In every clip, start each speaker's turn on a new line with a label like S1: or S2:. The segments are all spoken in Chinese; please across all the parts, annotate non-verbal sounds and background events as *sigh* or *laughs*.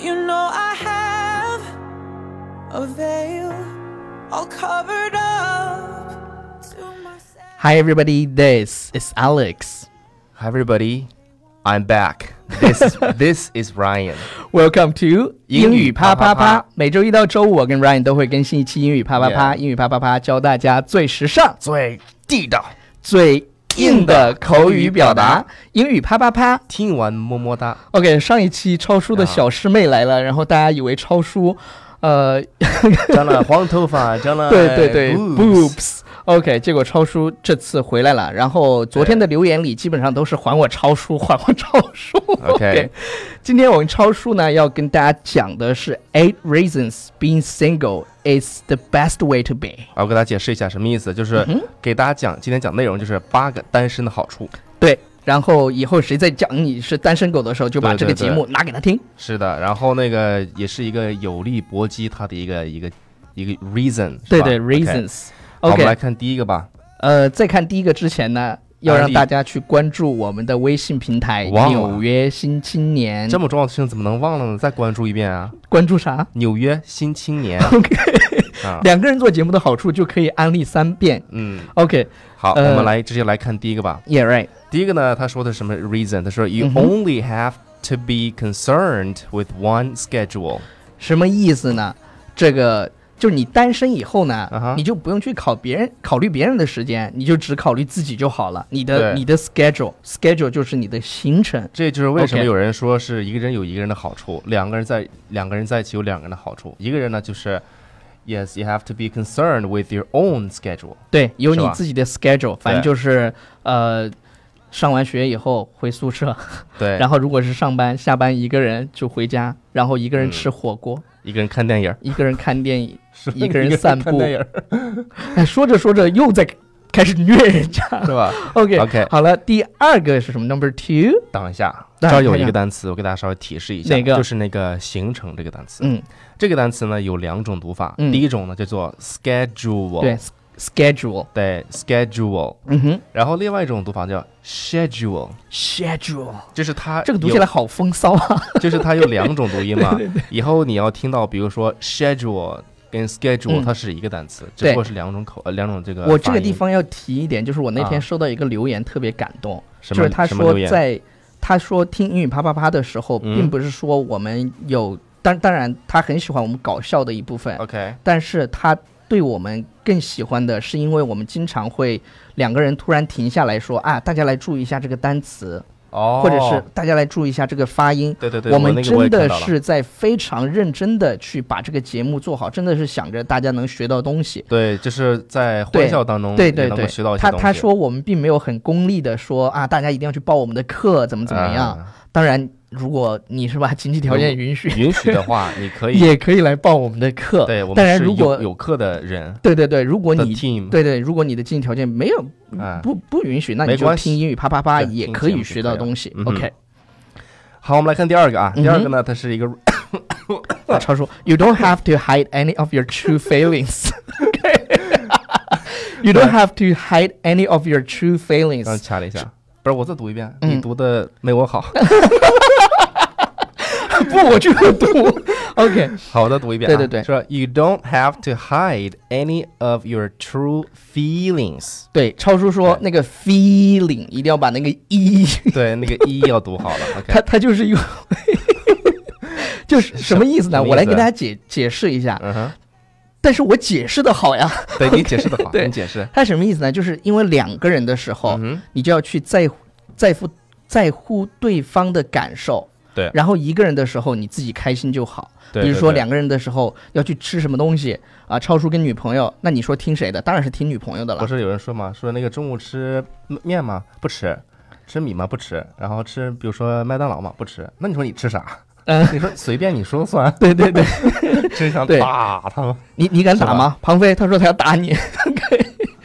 S1: You know I have a veil all covered up to myself.
S2: Hi, everybody. This is Alex.
S3: Hi everybody, I'm back.
S2: *laughs*
S3: This this is Ryan.
S2: Welcome to
S3: 英语啪啪啪。
S2: 每周一到周五，我跟 Ryan 都会更新一期英语啪啪啪。
S3: Yeah
S2: 英语啪啪啪，教大家最时尚、
S3: 最地道，
S2: 最硬的口语表达。英语啪啪啪。
S3: 听完么么哒。
S2: OK，上一期超叔
S3: 啊
S2: 的小师妹来了，然后大家以为超叔，呃，
S3: 长了黄
S2: *laughs*
S3: 头发，长了
S2: 对对对
S3: 呃 boobs
S2: ，boobs。OK，结果超叔这次回来了，然后昨天的留言里基本上都是还我超叔，还我超叔。
S3: OK
S2: 今天我们超叔呢要跟大家讲的是 Eight Reasons Being Single is the Best Way to Be。嗯
S3: 啊我给大家解释一下什么意思，就是给大家讲今天讲内容就是八个单身的好处。
S2: 对，然后以后谁再讲你是单身狗的时候，就把
S3: 对
S2: 这
S3: 对
S2: 个节
S3: 对
S2: 目拿给他听。
S3: 是的，然后那个也是一个有力搏击他的一个一个一个 reason 是吧。
S2: 对
S3: OK，
S2: ，Reasons。
S3: 好我们来
S2: OK，
S3: 看第一个吧。
S2: 呃，在看第一个之前呢。要让大家去关注我们的微信平台《
S3: 忘了
S2: 纽约新青年》，
S3: 哦这么重要的事情怎么能忘了呢？再关注一遍啊！
S2: 关注啥？
S3: 纽约新青年
S2: *laughs* OK，
S3: *laughs* 啊，
S2: 两个人做节目的好处就可以安利三遍。
S3: 嗯，
S2: OK，Yeah、
S3: 好，
S2: 呃
S3: 我们来直接来看第一个吧。
S2: right。
S3: 第一个呢，他说的是什么 reason？他说 you
S2: 嗯哼
S3: only have to be concerned with one schedule。
S2: 什么意思呢？这个就是你单身以后呢
S3: 啊哈
S2: 你就不用去考别人考虑别人的时间，你就只考虑自己就好了。你的
S3: 对
S2: 你的 schedule schedule 就是你的行程。
S3: 这就是为什么
S2: OK
S3: 有人说是一个人有一个人的好处，两个人在两个人在一起有两个人的好处。一个人呢就是 yes you have to be concerned with your own schedule。
S2: 对，有
S3: 是
S2: 你
S3: 吧
S2: 自己的 schedule，反正就是呃，上完学以后回宿舍，
S3: 对，
S2: *laughs* 然后如果是上班，下班一个人就回家，然后一个人
S3: 嗯
S2: 吃火锅，
S3: 一个人看电影，
S2: 一个人看电影。
S3: 是
S2: *laughs*
S3: 吧
S2: 一个人散步
S3: 看电影
S2: 哎，说着说着又在开始虐人
S3: *laughs*
S2: 家。
S3: 是
S2: *laughs*
S3: 吧？
S2: OK
S3: OK
S2: 好了，第二个是什么？Number two，
S3: 等一下，这
S2: 来
S3: 儿有
S2: 看一
S3: 一
S2: 下
S3: 个单词，我给大家稍微提示一下，
S2: 哪个
S3: 就是那个行程这个单词。
S2: 嗯，
S3: 这个单词呢有两种读法，
S2: 嗯
S3: 第一种呢叫做 schedule，
S2: 对，s-，schedule，
S3: 对 schedule。
S2: 嗯哼
S3: 然后另外一种读法叫 schedule，
S2: ，schedule，
S3: 就是它
S2: 这个读
S3: 有
S2: 起来，好风骚啊。
S3: 就是它有两种读
S2: *laughs*
S3: 音嘛。以后你要听到，比如说 schedule 跟 schedule，、
S2: 嗯
S3: 它是一个单词，只
S2: 对
S3: 不过是两种口呃两种这个发
S2: *laughs*
S3: 音。
S2: 我这个地方要提一点，就是我那天
S3: 啊
S2: 收到一个留言，特别感动，
S3: 什
S2: 就
S3: 么
S2: 是他
S3: 什么
S2: 说
S3: 留言
S2: 在他说听英语啪啪啪的时候，
S3: 嗯
S2: 并不是说我们有，当当然他很喜欢我们搞笑的一部分，
S3: OK
S2: 但是他对我们更喜欢的是，因为我们经常会两个人突然停下来说啊，大家来注意一下这个单词，
S3: 哦，
S2: 或者是大家来注意一下这个发音。
S3: 对对对，
S2: 我
S3: 我
S2: 们
S3: 那个我
S2: 真
S3: 也
S2: 的
S3: 看到了
S2: 是在非常认真的去把这个节目做好，真的是想着大家能学到东西。
S3: 对，就是在
S2: 对
S3: 欢笑当中
S2: 对
S3: 嗯也
S2: 对
S3: 能
S2: 对
S3: 够学到，一些
S2: 他
S3: 东
S2: 他
S3: 西
S2: 说我们并没有很功利的说啊，大家一定要去报我们的课，怎么怎么样。
S3: 啊
S2: 当然，如果你是吧，经济条件
S3: 如
S2: 允许，
S3: 允许的话，你可
S2: *laughs*
S3: 以。
S2: 也可以来报我们的课。
S3: 对，我
S2: 当
S3: 们
S2: 然
S3: 是
S2: 如果
S3: 有有课的人
S2: 对对对，如果
S3: 的
S2: 你
S3: team，，
S2: 对对，如果你的经济条件没有
S3: 哎，
S2: 不不允许，那你
S3: 没
S2: 就
S3: 关系
S2: 听英语啪啪啪
S3: 对
S2: 也
S3: 听
S2: 可
S3: 节
S2: 以
S3: 目就
S2: 学
S3: 可
S2: 到
S3: 以了
S2: 东西。
S3: 嗯哼
S2: OK，
S3: 好，我们来看第二个啊，第二
S2: 嗯
S3: 个
S2: 哼
S3: 呢，它是一个
S2: 啊超叔，You don't have to hide any of your true *laughs* feelings. You don't have to hide any of your true
S3: 刚
S2: feelings.
S3: 掐了一下，不是我再读一遍，
S2: 嗯
S3: 你读的没我
S2: *laughs*
S3: 好。啊
S2: 不，我就读。OK，
S3: 好，我再读一遍、啊。
S2: 对对对。
S3: 说 You don't have to hide any of your true feelings
S2: *laughs* 对，超叔说
S3: 对
S2: 那个 feeling 一定要把那个 e，
S3: 对，那个一要读好了。
S2: *laughs* 它
S3: OK，
S2: 它就是一个， *laughs* 就是什么意思呢？
S3: 什么意思
S2: 我来给大家解解释一下，
S3: 嗯哼，
S2: 但是我解释的好呀。
S3: 对你解释的好，
S2: *laughs* 对
S3: 你解释。
S2: 它什么意思呢？就是因为两个人的时候，
S3: 嗯哼，
S2: 你就要去在乎、在乎、在乎对方的感受。
S3: 对
S2: 然后一个人的时候，你自己开心就好。
S3: 对
S2: 比如
S3: 对
S2: 说
S3: 对
S2: 两个人的时候要去吃什么东西啊，超叔跟女朋友，那你说听谁的？当然是听女朋友的
S3: 不
S2: 了。
S3: 是有人说嘛，说那个中午吃面吗？不吃。吃米吗？不吃。然后吃，比如说麦当劳嘛，不吃。那你说你吃啥？
S2: *laughs* 嗯，。
S3: 你说随便你说算
S2: 对对
S3: *laughs*
S2: 对，
S3: 真想
S2: 对
S3: 打他们，
S2: 你你敢
S3: 是
S2: 打
S3: 吧
S2: 吗？庞飞他说他要打你， *laughs*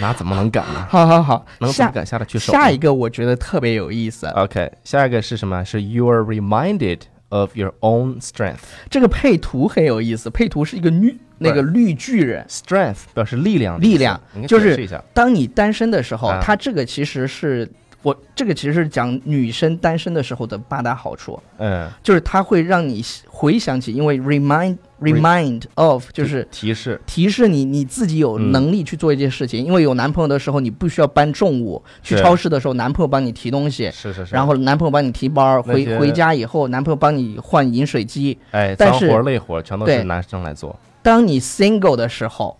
S3: 那怎么能敢呢？
S2: 好好好，
S3: 能怎么
S2: 下
S3: 敢下得去手啊呢？
S2: 下一个我觉得特别有意思，
S3: OK，下一个是什么？是 You are reminded of your own strength。
S2: 这个配图很有意思，配图是一个绿那个绿巨人。
S3: Strength 表示力量的意思，
S2: 力量
S3: 你可以
S2: 就是
S3: 解释一下。
S2: 当你单身的时候，
S3: 啊
S2: 它这个其实是我这个其实是讲女生单身的时候的八大好处，
S3: 嗯，
S2: 就是它会让你回想起，因为 remind remind of 就是
S3: 提示，
S2: 提示你你自己有
S3: 嗯
S2: 能力去做一件事情，因为有男朋友的时候你不需要搬重物，去
S3: 是
S2: 超市的时候男朋友帮你提东西，
S3: 是是是，
S2: 然后男朋友帮你提包，
S3: 那
S2: 回
S3: 些
S2: 回家以后男朋友帮你换饮水机。
S3: 哎，
S2: 但
S3: 脏
S2: 是
S3: 活累活全都
S2: 对
S3: 是男生来做，
S2: 当你 single 的时候。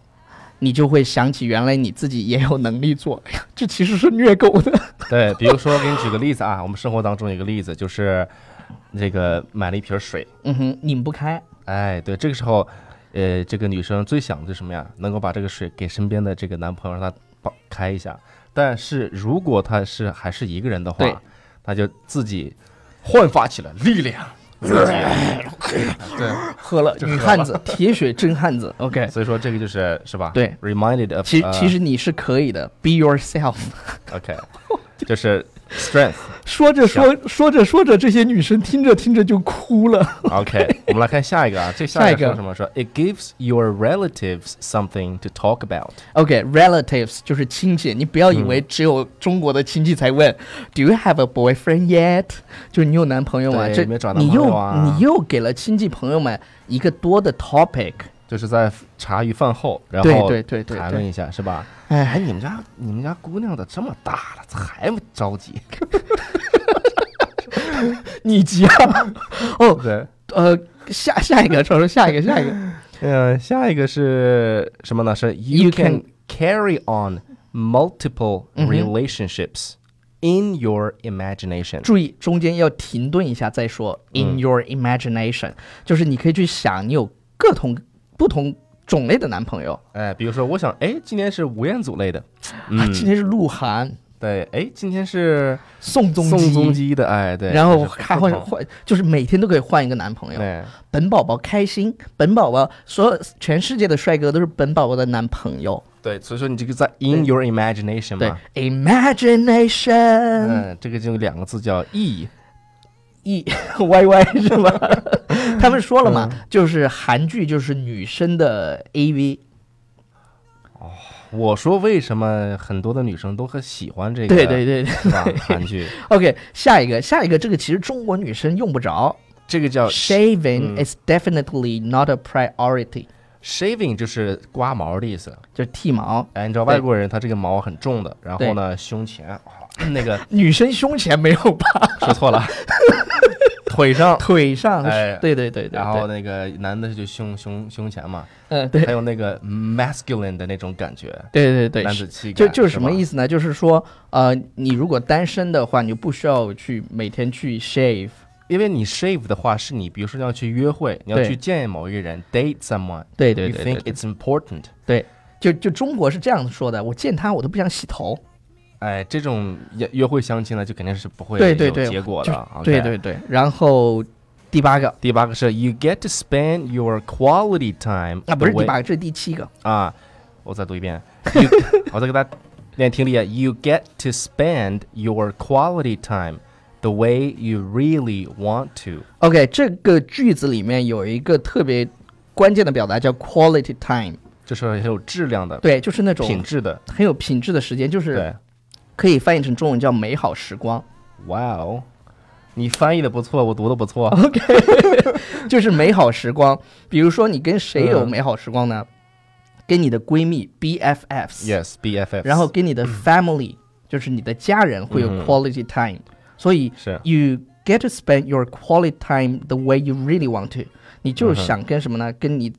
S2: 你就会想起，原来你自己也有能力做，哎呀这其实是虐狗的。
S3: 对，比如说给你举个例子啊，我们生活当中有一个例子就是，这个买了一瓶水，
S2: 嗯哼，拧不开，
S3: 哎，对，这个时候，呃，这个女生最想的是什么呀？能够把这个水给身边的这个男朋友，让他帮开一下。但是如果他是还是一个人的
S2: 对
S3: 话，他就自己焕发起了力量。自己 *laughs* 对，
S2: 喝 *laughs* 了
S3: 就
S2: 女
S3: 喝
S2: 汉
S3: 了
S2: 子，铁血真汉子。OK， *laughs* 呃
S3: 所以说这个就是是吧？
S2: 对
S3: ，reminded of
S2: 其其
S3: 实
S2: 实你是可以的，be yourself。
S3: OK，就是 strength。
S2: 说着说说着说着，这些女生听着听着就哭了。 *laughs*
S3: OK，我们来看下一个啊，这
S2: 下
S3: 下
S2: 一
S3: 一个
S2: 个
S3: 说什么？说 It gives your relatives something to talk about。
S2: OK，relatives、就是亲戚，你不要以为只有中国的亲戚才问、d o you have a boyfriend yet？就是你有男朋友吗？
S3: 对
S2: 这
S3: 有没有找男
S2: 你
S3: 朋
S2: 又
S3: 友啊
S2: 你又给了亲戚朋友们一个多的 topic。
S3: 就是在茶余饭后，然
S2: 对
S3: 后
S2: 对对对
S3: 谈
S2: 对
S3: 论一下是吧？
S2: 哎
S3: 哎，你们家你们家姑娘咋这么大了，还不着
S2: *laughs*
S3: 急？
S2: 你急啊？ *laughs* 哦，
S3: 对，
S2: 呃，下下一个，说说下一个，下一个。 *laughs*
S3: 嗯，下一个是什么呢？是
S2: You
S3: You
S2: can-
S3: can carry on multiple
S2: 嗯哼
S3: relationships in your imagination。
S2: 注意中间要停顿一下再说。In your imagination，、就是你可以去想，你有各同不同种类的男朋友、
S3: 哎，比如说，我想，哎，今天是吴彦祖类的，
S2: 啊
S3: 嗯，，
S2: 今天是鹿晗、
S3: 对，哎，今天是
S2: 宋仲基，
S3: 宋仲基的，哎，对，
S2: 然后
S3: 就是
S2: 还
S3: 不
S2: 换
S3: 同
S2: 换，就是每天都可以换一个男朋友。
S3: 对，
S2: 本宝宝开心，本宝宝所有全世界的帅哥都是本宝宝的男朋友。
S3: 对，所以说你这个在 in your imagination
S2: 对
S3: 嘛，
S2: ，imagination
S3: 嗯，这个就有两个字叫 e，
S2: e y y 是
S3: *laughs*
S2: 吧？他们说了嘛，
S3: 嗯
S2: 就是韩剧就是女生的 A V。
S3: 我说为什么很多的女生都很喜欢这个，
S2: 对对对对。
S3: 是吧？韩
S2: *laughs*
S3: 剧
S2: OK，下一个，下一个，这个其实中国女生用不着。
S3: 这个叫
S2: Shaving
S3: 嗯
S2: is definitely not a priority，
S3: shaving，就是刮毛的意思。
S2: 就是剃毛。
S3: 哎，你知道
S2: 对
S3: 外国人他这个毛很重的，然后呢，胸前哦 *laughs* 那个
S2: 女生胸前没有吧？
S3: 说错了，腿上，
S2: *laughs* 腿上是，
S3: 哎
S2: 对对对对
S3: 然后
S2: 对，
S3: 那个男的就胸胸胸前嘛，
S2: 嗯，对
S3: 还有那个 masculine 的那种感觉，
S2: 对对对
S3: 男
S2: 是
S3: 子气概
S2: 就就是什么意
S3: 思？
S2: 思呢？就是说，呃，你如果单身的话，你就不需要去每天去 shave。
S3: 因为你 shave 的话，是你比如说要去约会，你要
S2: 对
S3: 去见某一个人，date someone，
S2: 对对
S3: You
S2: 对
S3: think
S2: 对
S3: it's important？
S2: 对，就就中国是这样说的，我见他我都不想洗头。
S3: 哎，这种约约会相亲呢，就肯定是不会
S2: 对对
S3: 有
S2: 对，
S3: 结果
S2: 就
S3: 的。OK
S2: 对对对。然后第八个
S3: 第八个是 you get to spend your quality time
S2: 啊，不是
S3: the way-
S2: 第八个，这是第七个。
S3: 啊，我再读一遍，you, *laughs* 我再给大家练听力啊，you get to spend your quality time the way you really want to。
S2: OK，这个句子里面有一个特别关键的表达叫 quality time，
S3: 就是很有质量的、
S2: 对，就是那种
S3: 呃品质的，
S2: 很有品质的时间，就是
S3: 对。
S2: 可以翻译成中文叫美好时光， *laughs*
S3: 哇哦，你翻译的不错，我读的不错。
S2: *laughs* 就是美好时光。比如说你跟谁有
S3: 嗯
S2: 美好时光呢？跟你的闺蜜 BFFs，、
S3: Yes，BFF。
S2: 然后跟你的 family，、就是你的家人会有
S3: 嗯
S2: quality time，、所以
S3: 是
S2: you get to spend your quality time the way you really want to。你就
S3: 嗯
S2: 是
S3: 哼
S2: 想跟什么呢？跟你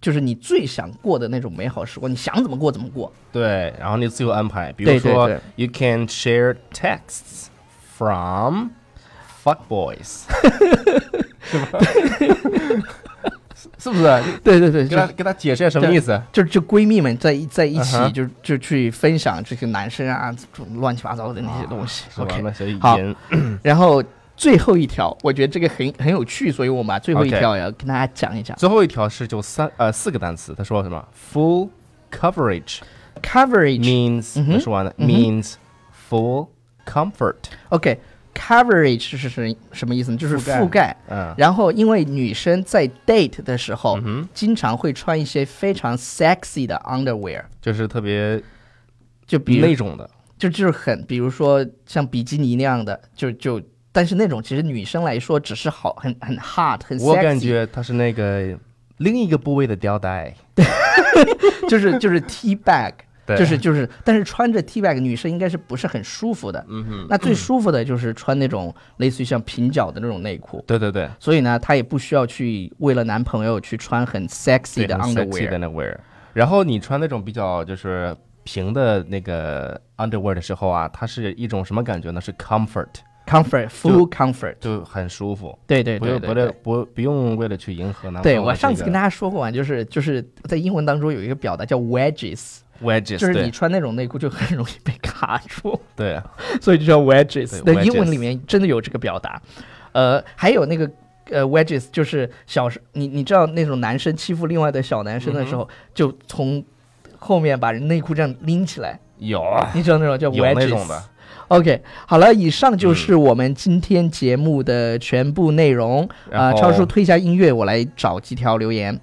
S2: 就是你最想过的那种美好时光，你想怎么过怎么过。
S3: 对，然后你自由安排，比
S2: 对
S3: 如
S2: 对
S3: 说
S2: 对
S3: you can share texts from fuck
S2: *laughs*
S3: boys，是吧？是不是？
S2: 对对对，
S3: 给
S2: 就
S3: 他给他解释一下什么意思？
S2: 就就闺蜜们在一在一起
S3: 嗯，哼
S2: 就就去分享这些男生啊，这种乱七八糟的那些东西。
S3: 啊是吧
S2: OK，
S3: 那所以
S2: 好
S3: 人
S2: 然后最后一条，我觉得这个很很有趣，所以我们把最后一
S3: OK
S2: 条也要跟大家讲一讲。
S3: 最后一条是就三呃四个单词，他说什么？Full coverage
S2: Coverage，OK，Coverage
S3: means
S2: 嗯哼
S3: 没说完呢
S2: 嗯哼
S3: ，means full comfort，
S2: 是什什么意思呢？就是
S3: 覆盖
S2: 覆盖。
S3: 嗯，
S2: 然后，因为女生在 date 的时候，经常会穿一些非常 sexy 的 underwear，
S3: 就是特别
S2: 就比如
S3: 那种的，
S2: 就就是很，比如说像比基尼那样的，就就，但是那种其实女生来说只是好，很很 hard，很 sexy，
S3: 我感觉它是那个另一个部位的吊带，
S2: 就是就是 T
S3: *laughs*
S2: bag，
S3: 对，
S2: 就是就是，但是穿着 T bag 女生应该是不是很舒服的。
S3: 嗯哼，
S2: 那最舒服的就是穿那种类似于像平角的那种内裤，
S3: 对对对，
S2: 所以呢，她也不需要去为了男朋友去穿很 sexy
S3: 对
S2: 的
S3: 很 sexy
S2: underwear。
S3: 的 underwear。然后你穿那种比较就是平的那个 underwear 的时候啊，它是一种什么感觉呢？是 comfort，
S2: comfort full comfort，
S3: 就很舒服，
S2: 对对
S3: 不
S2: 对
S3: 用
S2: 对
S3: 不
S2: 对
S3: 用。不不用为了去迎合男朋
S2: 对
S3: 友
S2: 我
S3: 的这
S2: 上次
S3: 个
S2: 跟大家说过啊，就是就是在英文当中有一个表达叫 wedges，
S3: wedges，
S2: 就是你
S3: 对
S2: 穿那种内裤就很容易被卡住， *laughs*
S3: 对，
S2: 所以就叫 wedges。
S3: 对
S2: 那英
S3: wedges
S2: 文里面真的有这个表达，呃，还有那个呃 wedges，就是小时你你知道那种男生欺负另外的小男生的
S3: 嗯
S2: 时候，就从后面把人内裤这样拎起来，
S3: 有啊
S2: 你知道那种叫
S3: 哎有
S2: wedges
S3: 那种的。
S2: OK，好了，以上就是我们今天节目的全部内容。啊、
S3: 嗯然后
S2: 超叔推一下音乐，我来找几条留言。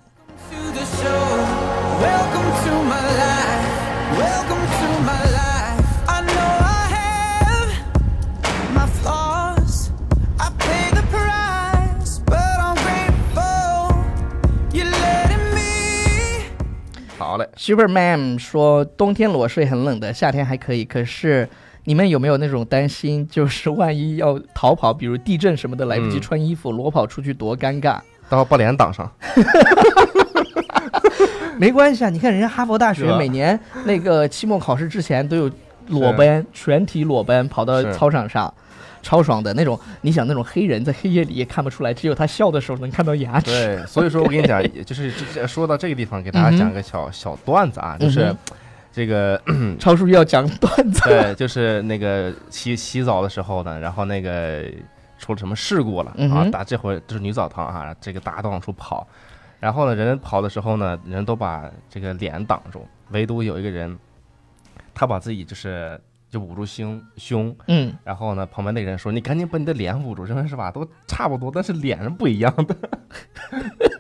S1: to the show. Welcome to my life. Welcome to my life. I know I have my flaws. I pay the price, but I'm grateful. You're letting me.
S3: 好嘞，
S2: Superman 说，冬天裸睡很冷的，夏天还可以。可是你们有没有那种担心，就是万一要逃跑，比如地震什么的，来不及
S3: 嗯
S2: 穿衣服，裸跑出去多尴尬？
S3: 到把脸挡上。
S2: 没关系啊，你看人家哈佛大学
S3: 嗯是吧
S2: 每啊年那个期末考试之前都有裸
S3: 是
S2: 奔，全体裸奔跑到
S3: 是
S2: 操场上，超爽的那种。你想那种黑人在黑夜里也看不出来，只有他笑的时候能看到牙齿。
S3: 对，所以说我跟你讲， *laughs* 就是这这说到这个地方，给大
S2: 嗯
S3: 家
S2: 哼
S3: 讲个小小段子啊，就是
S2: 嗯
S3: 这个
S2: 超叔要讲段 *laughs* 子，
S3: 对，就是那个洗洗澡的时候呢，然后那个出了什么事故了、
S2: 嗯
S3: 啊？
S2: 哼
S3: 打这回就是女澡堂啊，这个大家都往出跑，然后呢，人跑的时候呢，人都把这个脸挡住，唯独有一个人，他把自己就是就捂住胸胸，
S2: 嗯，
S3: 然后呢，旁边那个人说：“你赶紧把你的脸捂住，认为是吧？都差不多，但是脸是不一样的。” *laughs*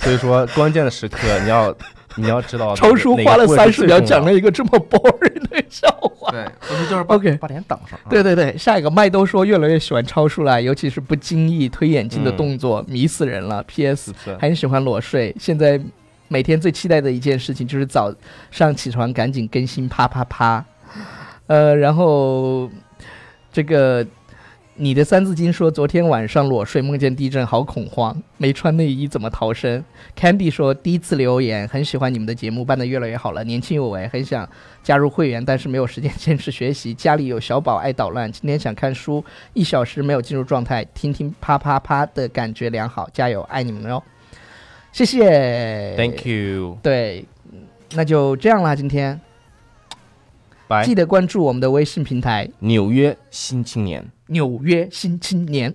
S3: 所以说，关键的时刻你要你要知道哪个，
S2: 超叔
S3: 哪个
S2: 花了
S3: 部位
S2: 三
S3: 是
S2: 十
S3: 最
S2: 秒
S3: 重要
S2: 讲了一个这么 boring 的笑话。
S3: 对，我 *laughs* 们就是把
S2: OK
S3: 把脸挡上。啊
S2: 对对对，下一个麦兜说越来越喜欢超叔了，尤其是不经意推眼镜的动作，迷死人了。P.S.
S3: 是不是？
S2: 很喜欢裸睡，现在每天最期待的一件事情就是早上起床赶紧更新啪啪啪。呃，然后这个你的三字经说昨天晚上裸睡梦见地震，好恐慌，没穿内衣怎么逃生？Candy 说第一次留言，很喜欢你们的节目，办得越来越好了，年轻有为，很想加入会员，但是没有时间坚持学习，家里有小宝爱捣乱，今天想看书，一小时没有进入状态，听听啪啪啪的感觉良好，加油，爱你们哟！谢谢
S3: Thank you，
S2: 对，那就这样啦，今天
S3: 拜
S2: 记。得关注我们的微信平台《
S3: 纽约新青年。
S2: 纽约新青年》。